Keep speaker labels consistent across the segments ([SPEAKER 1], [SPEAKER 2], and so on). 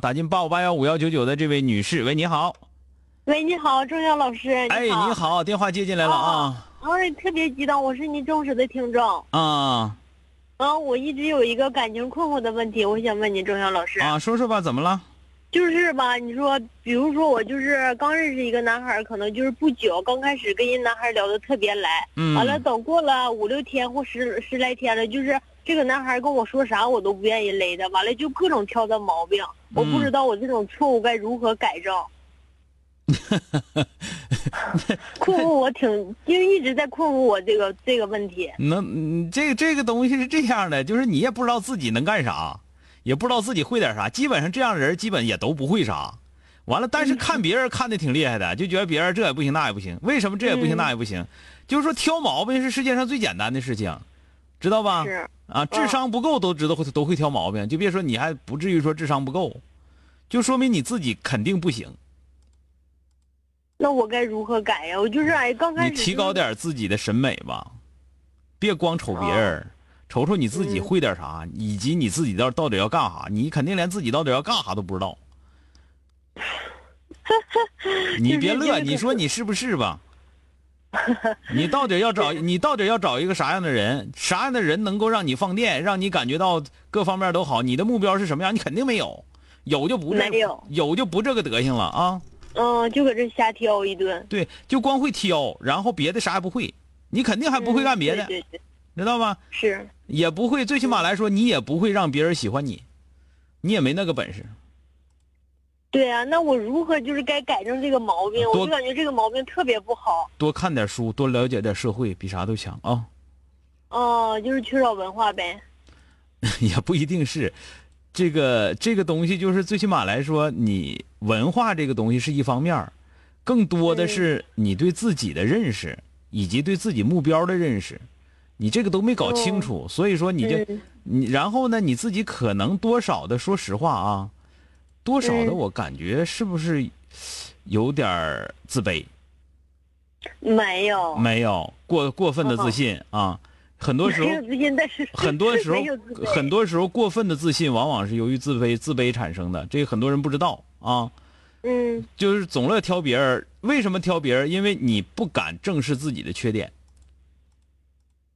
[SPEAKER 1] 打进八五八幺五幺九九的这位女士，喂，你好，
[SPEAKER 2] 喂，你好，钟晓老师。
[SPEAKER 1] 哎，你
[SPEAKER 2] 好。
[SPEAKER 1] 好，电话接进来了啊
[SPEAKER 2] 哎，特别激动，我是您忠实的听众。
[SPEAKER 1] 啊
[SPEAKER 2] 啊，我一直有一个感情困惑的问题，我想问您，钟晓老师。
[SPEAKER 1] 啊！说说吧，怎么了？
[SPEAKER 2] 就是吧，你说，比如说我就是刚认识一个男孩儿，可能就是不久，刚开始跟人男孩儿聊的特别来，
[SPEAKER 1] 嗯
[SPEAKER 2] 完了等过了五六天或十十来天了，就是这个男孩儿跟我说啥我都不愿意勒他，完了就各种挑他毛病，我不
[SPEAKER 1] 嗯
[SPEAKER 2] 知道我这种错误该如何改 正。困惑我挺，因为一直在困惑我这个这个问题。
[SPEAKER 1] 那嗯这这个东西是这样的，就是你也不知道自己能干啥，也不知道自己会点啥。基本上这样的人基本也都不会啥。完了，但
[SPEAKER 2] 嗯
[SPEAKER 1] 是看别人看的挺厉害的，就觉得别人这也不行那也不行，为什么这也不行
[SPEAKER 2] 嗯
[SPEAKER 1] 那也不行？就是说挑毛病是世界上最简单的事情，知道吧？
[SPEAKER 2] 是嗯
[SPEAKER 1] 啊，智商不够都知道会都会挑毛病，就别说你还不至于说智商不够，就说明你自己肯定不行。
[SPEAKER 2] 那我该如何改呀？我就是哎，刚开
[SPEAKER 1] 你
[SPEAKER 2] 始、
[SPEAKER 1] 提高。点儿自己的审美吧，别光瞅别人
[SPEAKER 2] 哦
[SPEAKER 1] 儿，瞅瞅你自
[SPEAKER 2] 嗯
[SPEAKER 1] 己会点啥，以及你自己到到底要干啥。你肯定连自己到底要干啥都不知道。你别
[SPEAKER 2] 就
[SPEAKER 1] 乐，
[SPEAKER 2] 是
[SPEAKER 1] 你说你是不是吧？ 你到底要找你到底要找一个啥样的人？啥样的人能够让你放电，让你感觉到各方面都好？你的目标是什么样？你肯定没有，有就不这
[SPEAKER 2] 没有
[SPEAKER 1] 有就不这个德行了啊！
[SPEAKER 2] 嗯，就搁这瞎挑一顿。
[SPEAKER 1] 对，就光会挑，然后别的啥也不会，你肯定还不会干别的，
[SPEAKER 2] 嗯对对对，
[SPEAKER 1] 知道吧？
[SPEAKER 2] 是。
[SPEAKER 1] 也不会，最起码来说，你也不会让别人喜欢你，你也没那个本事。
[SPEAKER 2] 对啊，那我如何就是该改正这个毛病？我
[SPEAKER 1] 多
[SPEAKER 2] 就感觉这个毛病特别不好，
[SPEAKER 1] 多看点书，多了解点社会，比啥都强啊、
[SPEAKER 2] 嗯、就是缺少文化呗。
[SPEAKER 1] 也不一定是，这个这个东西就是最起码来说，你文化这个东西是一方面儿，更多的是你对自己的认识以及对自己目标的认识，你这个都没搞
[SPEAKER 2] 哦
[SPEAKER 1] 清楚，所以说你就、
[SPEAKER 2] 嗯
[SPEAKER 1] 你然后呢，你自己可能多少的，说实话啊，多少的
[SPEAKER 2] 嗯
[SPEAKER 1] 我感觉是不是有点儿自卑？
[SPEAKER 2] 嗯没有，
[SPEAKER 1] 没有过过分的自信啊，很多时候
[SPEAKER 2] 哦没有自信，但是
[SPEAKER 1] 很多时候
[SPEAKER 2] 没有自，信嗯
[SPEAKER 1] 很多时候过分的自信往往是由于自卑自卑产生的，这个很多人不知道啊。
[SPEAKER 2] 嗯
[SPEAKER 1] 就是总乐挑别人，为什么挑别人？因为你不敢正视自己的缺点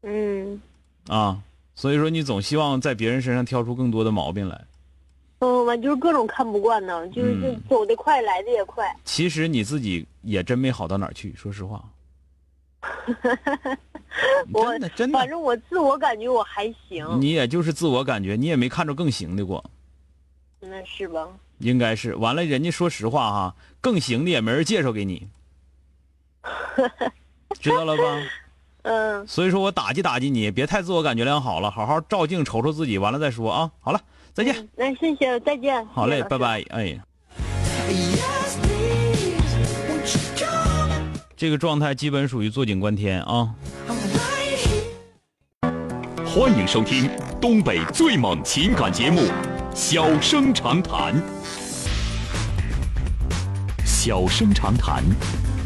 [SPEAKER 2] 嗯
[SPEAKER 1] 啊，所以说你总希望在别人身上挑出更多的毛病来。
[SPEAKER 2] 嗯，完就是各种看不惯呢，就是就
[SPEAKER 1] 嗯
[SPEAKER 2] 走得快，来的也快。
[SPEAKER 1] 其实你自己也真没好到哪儿去，说实话。
[SPEAKER 2] 我
[SPEAKER 1] 真的真
[SPEAKER 2] 反
[SPEAKER 1] 的，
[SPEAKER 2] 正我自我感觉我还行，
[SPEAKER 1] 嗯你也就是自我感觉，你也没看着更行的过。
[SPEAKER 2] 那是吧？
[SPEAKER 1] 应该是完了，人家说实话哈，更行的也没人介绍给 你，知道了吧？
[SPEAKER 2] 嗯，
[SPEAKER 1] 所以说我打击打击你，别太自我感觉良好了，好好照镜瞅瞅自己，完了再说啊。好了，再见。
[SPEAKER 2] 嗯那谢谢，再见。
[SPEAKER 1] 好嘞
[SPEAKER 2] 谢，谢
[SPEAKER 1] 拜
[SPEAKER 2] 老师。
[SPEAKER 1] 拜。哎，这个状态基本属于坐井观天啊。
[SPEAKER 3] 欢迎收听东北最猛情感节目《小生长谈》。小生长谈，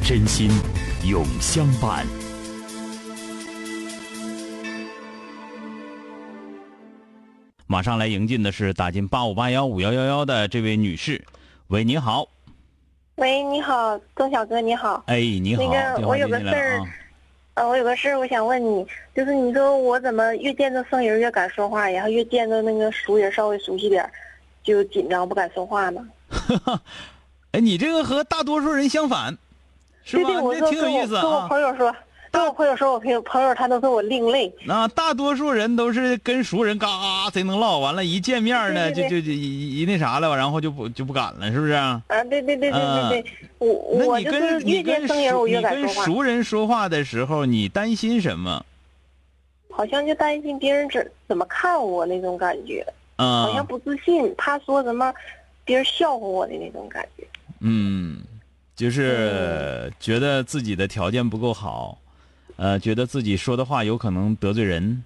[SPEAKER 3] 真心永相伴。
[SPEAKER 1] 马上来迎进的是打进八五八幺五幺幺幺的这位女士，喂，你好，
[SPEAKER 4] 喂，你好，钟小哥，你好。
[SPEAKER 1] 哎，你好，
[SPEAKER 4] 那个
[SPEAKER 1] 电
[SPEAKER 4] 我
[SPEAKER 1] 话
[SPEAKER 4] 有
[SPEAKER 1] 接
[SPEAKER 4] 个
[SPEAKER 1] 进来了啊
[SPEAKER 4] 事。呃，我有个事儿，我想问你，就是你说我怎么越见着生人越敢说话，然后越见着那个熟人稍微熟悉点儿，
[SPEAKER 2] 就紧张不敢说话嘛。
[SPEAKER 1] 哎，你这个和大多数人相反，是
[SPEAKER 2] 对
[SPEAKER 1] 吧？
[SPEAKER 2] 对，我
[SPEAKER 1] 你这
[SPEAKER 2] 说
[SPEAKER 1] 挺有
[SPEAKER 2] 跟
[SPEAKER 1] 意
[SPEAKER 2] 我
[SPEAKER 1] 思
[SPEAKER 2] 跟我
[SPEAKER 1] 啊。
[SPEAKER 2] 朋友说，跟我朋友说，我朋友朋友他都说我另类。
[SPEAKER 1] 那、大多数人都是跟熟人嘎嘎贼能唠，完了，一见面呢
[SPEAKER 2] 对对
[SPEAKER 1] 就就就一一那啥了，然后就不就不敢了，是不是？
[SPEAKER 2] 啊，对对对对对对，我
[SPEAKER 1] 嗯那
[SPEAKER 2] 我
[SPEAKER 1] 你
[SPEAKER 2] 就
[SPEAKER 1] 跟
[SPEAKER 2] 是
[SPEAKER 1] 你
[SPEAKER 2] 越
[SPEAKER 1] 跟
[SPEAKER 2] 见
[SPEAKER 1] 熟
[SPEAKER 2] 生人我
[SPEAKER 1] 你
[SPEAKER 2] 越啊敢
[SPEAKER 1] 跟
[SPEAKER 2] 说话，
[SPEAKER 1] 熟人说话的时候，你担心什么？
[SPEAKER 2] 好像就担心别人怎怎么看我那种感觉，好像
[SPEAKER 1] 啊，
[SPEAKER 2] 不自信，怕说什么别人笑话我的那种感觉。
[SPEAKER 1] 嗯，就是觉得自己的条件不够好，呃，觉得自己说的话有可能得罪人。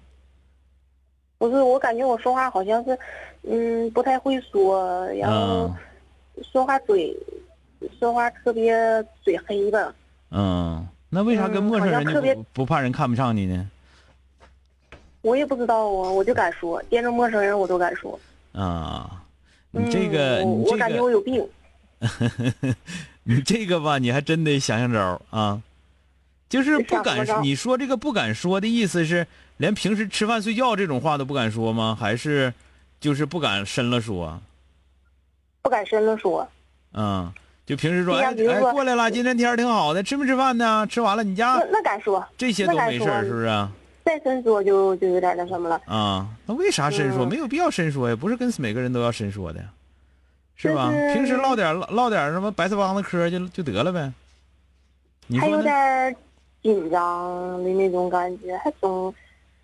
[SPEAKER 2] 不是，我感觉我说话好像是，嗯，不太会说，然后
[SPEAKER 1] 嗯
[SPEAKER 2] 说话嘴，说话特别嘴黑吧。
[SPEAKER 1] 嗯，那为啥跟
[SPEAKER 2] 嗯
[SPEAKER 1] 陌生
[SPEAKER 2] 好像
[SPEAKER 1] 人就
[SPEAKER 2] 特别
[SPEAKER 1] 不不怕人看不上你呢？
[SPEAKER 2] 我也不知道啊，我就敢说，见着陌生人我都敢说。
[SPEAKER 1] 啊，你这个，你
[SPEAKER 2] 嗯、我我
[SPEAKER 1] 这
[SPEAKER 2] 感觉
[SPEAKER 1] 个，
[SPEAKER 2] 我有病。
[SPEAKER 1] 你这个吧，你还真得想想招儿啊。就是不
[SPEAKER 2] 想什
[SPEAKER 1] 敢
[SPEAKER 2] 么招，儿
[SPEAKER 1] 你说这个不敢说的意思是，连平时吃饭睡觉这种话都不敢说吗？还是，就是不敢深了说？
[SPEAKER 2] 不敢深了说，
[SPEAKER 1] 嗯，就平时说，
[SPEAKER 2] 对呀
[SPEAKER 1] 哎
[SPEAKER 2] 比如
[SPEAKER 1] 哎，
[SPEAKER 2] 说
[SPEAKER 1] 过来了，今天天儿挺好的，吃没吃饭呢？吃完了，你家
[SPEAKER 2] 那那敢说，
[SPEAKER 1] 这些都
[SPEAKER 2] 那敢
[SPEAKER 1] 没事儿，
[SPEAKER 2] 说
[SPEAKER 1] 是不是啊？
[SPEAKER 2] 再深说就就有点那什么了。
[SPEAKER 1] 啊，那为啥深说？
[SPEAKER 2] 嗯
[SPEAKER 1] 没有必要深说呀，不是跟每个人都要深说的呀，是吧？
[SPEAKER 2] 就是
[SPEAKER 1] 平时唠点唠唠点什么白色帮子嗑就就得了呗。你
[SPEAKER 2] 还
[SPEAKER 1] 说呢？
[SPEAKER 2] 有点紧张的那种感觉，还总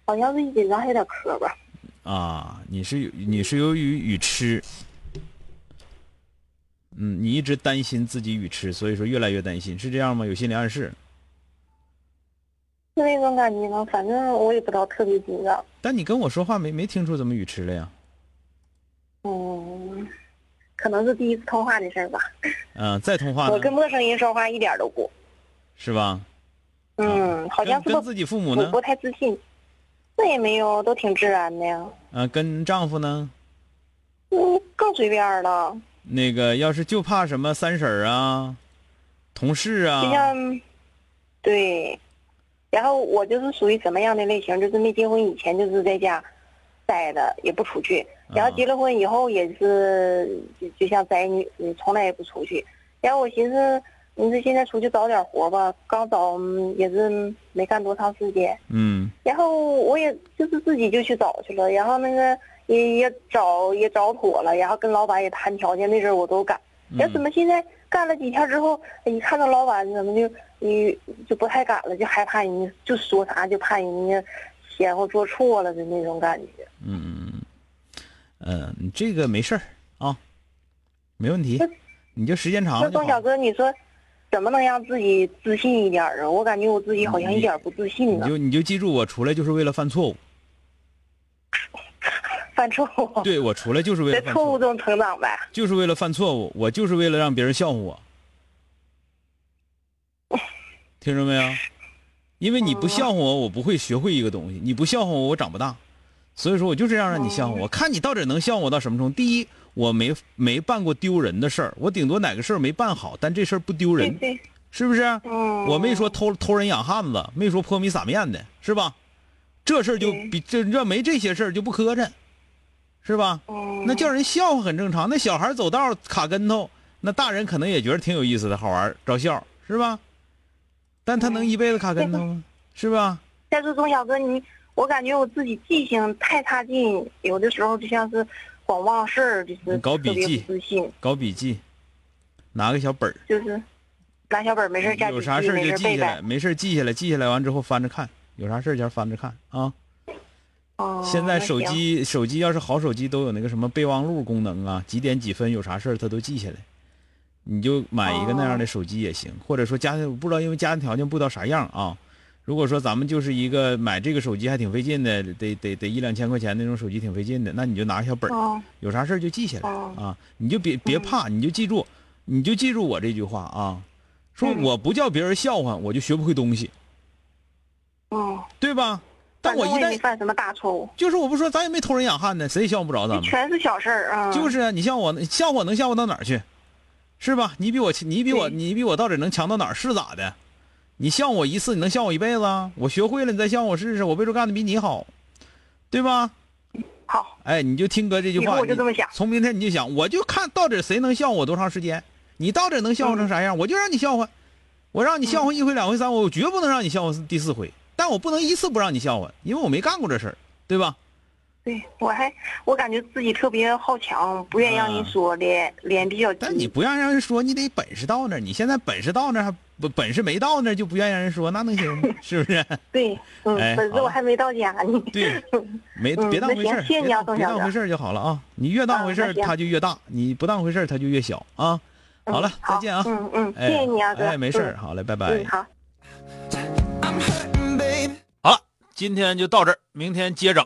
[SPEAKER 2] 好像是一紧张还有点磕巴。
[SPEAKER 1] 啊，你是有你是由于语痴，嗯，你一直担心自己语痴，所以说越来越担心，是这样吗？有心理暗示，
[SPEAKER 2] 就那种感觉吗？反正我也不知道，特别紧张。
[SPEAKER 1] 但你跟我说话没没听出怎么语痴了呀？
[SPEAKER 2] 嗯，可能是第一次通话的事儿吧。
[SPEAKER 1] 嗯、再通话
[SPEAKER 2] 我
[SPEAKER 1] 呢，
[SPEAKER 2] 跟陌生人说话一点都不，
[SPEAKER 1] 是吧？
[SPEAKER 2] 嗯，好像是
[SPEAKER 1] 啊跟
[SPEAKER 2] 不
[SPEAKER 1] 跟自己父母
[SPEAKER 2] 不
[SPEAKER 1] 呢？
[SPEAKER 2] 不太自信。那也没有，都挺自然的呀。
[SPEAKER 1] 啊，跟丈夫呢？
[SPEAKER 2] 嗯，更随便了，
[SPEAKER 1] 那个要是就怕什么三婶儿啊、同事
[SPEAKER 2] 就
[SPEAKER 1] 啊，
[SPEAKER 2] 像、对。然后我就是属于什么样的类型？就是没结婚以前就是在家待着，也不出去。然后结了婚以后也是就就像宅女，从来也不出去。然后我寻思，你说现在出去找点活吧，刚找嗯也是没干多长时间。
[SPEAKER 1] 嗯
[SPEAKER 2] 然后我也就是自己就去找去了，然后那个也也找也找妥了，然后跟老板也谈条件，那阵儿我都干。
[SPEAKER 1] 嗯
[SPEAKER 2] 要怎么现在干了几天之后，哎一看到老板怎么就你就不太敢了，就害怕人家就说啥，就怕人家嫌我做错了的那种感觉。
[SPEAKER 1] 嗯嗯嗯，你这个没事儿啊，没问题
[SPEAKER 2] 那，
[SPEAKER 1] 你就时间长
[SPEAKER 2] 那
[SPEAKER 1] 了就
[SPEAKER 2] 宋
[SPEAKER 1] 啊
[SPEAKER 2] 小
[SPEAKER 1] 好。
[SPEAKER 2] 哥，你说怎么能让自己自信一点儿啊？我感觉我自己好像一点儿不自信
[SPEAKER 1] 你
[SPEAKER 2] 呢，
[SPEAKER 1] 就你就记住，我出来就是为了犯错误，
[SPEAKER 2] 犯错误，
[SPEAKER 1] 对我出来就是为
[SPEAKER 2] 在
[SPEAKER 1] 了犯
[SPEAKER 2] 错
[SPEAKER 1] 错
[SPEAKER 2] 误
[SPEAKER 1] 误，
[SPEAKER 2] 中成长呗。
[SPEAKER 1] 就是为了犯错误，我就是为了让别人笑话我，听着没有？因为你不笑话我，我不会学会一个东西；你不笑话我，我长不大。所以说，我就是要让你笑话
[SPEAKER 2] 哦
[SPEAKER 1] 我，看你到底能笑话我到什么程度。第一，我没没办过丢人的事儿，我顶多哪个事儿没办好，但这事儿不丢
[SPEAKER 2] 对
[SPEAKER 1] 人，
[SPEAKER 2] 对，
[SPEAKER 1] 是不是？
[SPEAKER 2] 嗯，
[SPEAKER 1] 我没说偷偷人养汉子，没说泼米撒面的，是吧？这事儿就
[SPEAKER 2] 对
[SPEAKER 1] 比这这没这些事儿就不磕碜，是吧？
[SPEAKER 2] 嗯，
[SPEAKER 1] 那叫人笑话很正常。那小孩走道卡跟头，那大人可能也觉得挺有意思的，好玩儿招笑，是吧？但他能一辈子卡跟头吗？是吧？
[SPEAKER 2] 但是钟小哥，你我感觉我自己记性太差劲，有的时候就像是光忘事儿，就是
[SPEAKER 1] 你搞笔
[SPEAKER 2] 特别
[SPEAKER 1] 记
[SPEAKER 2] 不自信，
[SPEAKER 1] 搞笔记，拿个小本儿，
[SPEAKER 2] 就是拿小本儿没事儿加笔
[SPEAKER 1] 有
[SPEAKER 2] 记，
[SPEAKER 1] 啥事儿
[SPEAKER 2] 没
[SPEAKER 1] 就
[SPEAKER 2] 事儿
[SPEAKER 1] 记
[SPEAKER 2] 背
[SPEAKER 1] 下来，
[SPEAKER 2] 背。
[SPEAKER 1] 没事儿记下来，记下来完之后翻着看，有啥事儿前翻着看啊。
[SPEAKER 2] 哦
[SPEAKER 1] 现在手
[SPEAKER 2] 那行
[SPEAKER 1] 机手机要是好手机都有那个什么备忘录功能啊，几点几分有啥事儿它都记下来，你就买一个那样的手机也行，
[SPEAKER 2] 哦
[SPEAKER 1] 或者说家庭不知道因为家庭条件不知道啥样啊。如果说咱们就是一个买这个手机还挺费劲的，得得得一两千块钱那种手机挺费劲的，那你就拿个小本儿，
[SPEAKER 2] 哦
[SPEAKER 1] 有啥事儿就记下来
[SPEAKER 2] 哦
[SPEAKER 1] 啊，你就别别怕，你就记住，你就记住我这句话啊，说
[SPEAKER 2] 嗯
[SPEAKER 1] 我不叫别人笑话，我就学不会东西，
[SPEAKER 2] 哦，
[SPEAKER 1] 对吧？但
[SPEAKER 2] 反
[SPEAKER 1] 我
[SPEAKER 2] 正
[SPEAKER 1] 一
[SPEAKER 2] 我也
[SPEAKER 1] 旦
[SPEAKER 2] 没犯什么大错误，
[SPEAKER 1] 就是我不说，咱也没偷人养汉呢，谁也笑不着咱
[SPEAKER 2] 就
[SPEAKER 1] 们。
[SPEAKER 2] 全是小事儿啊。
[SPEAKER 1] 就是啊，你像我，像我能像我到哪儿去，是吧？你比我，你比我，
[SPEAKER 2] 对
[SPEAKER 1] 你比我到底能强到哪儿是咋的？你像我一次，你能像我一辈子啊？我学会了，你再像我试试，我备注干的比你好，对吧？
[SPEAKER 2] 好，
[SPEAKER 1] 哎，你就听哥这句
[SPEAKER 2] 以
[SPEAKER 1] 话，
[SPEAKER 2] 后我就
[SPEAKER 1] 你
[SPEAKER 2] 这么想
[SPEAKER 1] 从明天你就想，我就看到底谁能笑我多长时间，你到底能笑话
[SPEAKER 2] 嗯
[SPEAKER 1] 成啥样，我就让你笑话，我让你笑话一回、两回、三回，我绝不能让你笑话第四回，但我不能一次不让你笑话，因为我没干过这事儿，对吧？
[SPEAKER 2] 对我还我感觉自己特别好强，不愿意让人说，脸脸比较低。
[SPEAKER 1] 啊但你不让让人说，你得本事到那儿，你现在本事到那儿还不本事没到那儿就不愿意让人说，那能行吗？是 不是？
[SPEAKER 2] 对，嗯，
[SPEAKER 1] 哎
[SPEAKER 2] 本
[SPEAKER 1] 好
[SPEAKER 2] 子我还没到家呢。
[SPEAKER 1] 对没
[SPEAKER 2] 嗯
[SPEAKER 1] 别当
[SPEAKER 2] 那
[SPEAKER 1] 回
[SPEAKER 2] 行
[SPEAKER 1] 事儿，
[SPEAKER 2] 谢谢
[SPEAKER 1] 别
[SPEAKER 2] 你啊
[SPEAKER 1] 当
[SPEAKER 2] 董
[SPEAKER 1] 别
[SPEAKER 2] 小
[SPEAKER 1] 当
[SPEAKER 2] 姐
[SPEAKER 1] 回事儿就好了啊！你越当
[SPEAKER 2] 啊
[SPEAKER 1] 回事儿，
[SPEAKER 2] 那行
[SPEAKER 1] 它就越大；你不当回事儿，它就越小啊！
[SPEAKER 2] 嗯，
[SPEAKER 1] 好了，再见啊！
[SPEAKER 2] 嗯嗯，谢
[SPEAKER 1] 哎
[SPEAKER 2] 谢你啊，哥。
[SPEAKER 1] 哎，没事儿，
[SPEAKER 2] 嗯
[SPEAKER 1] 好嘞，拜拜
[SPEAKER 2] 嗯，。好。
[SPEAKER 5] 好了，今天就到这儿，明天接整。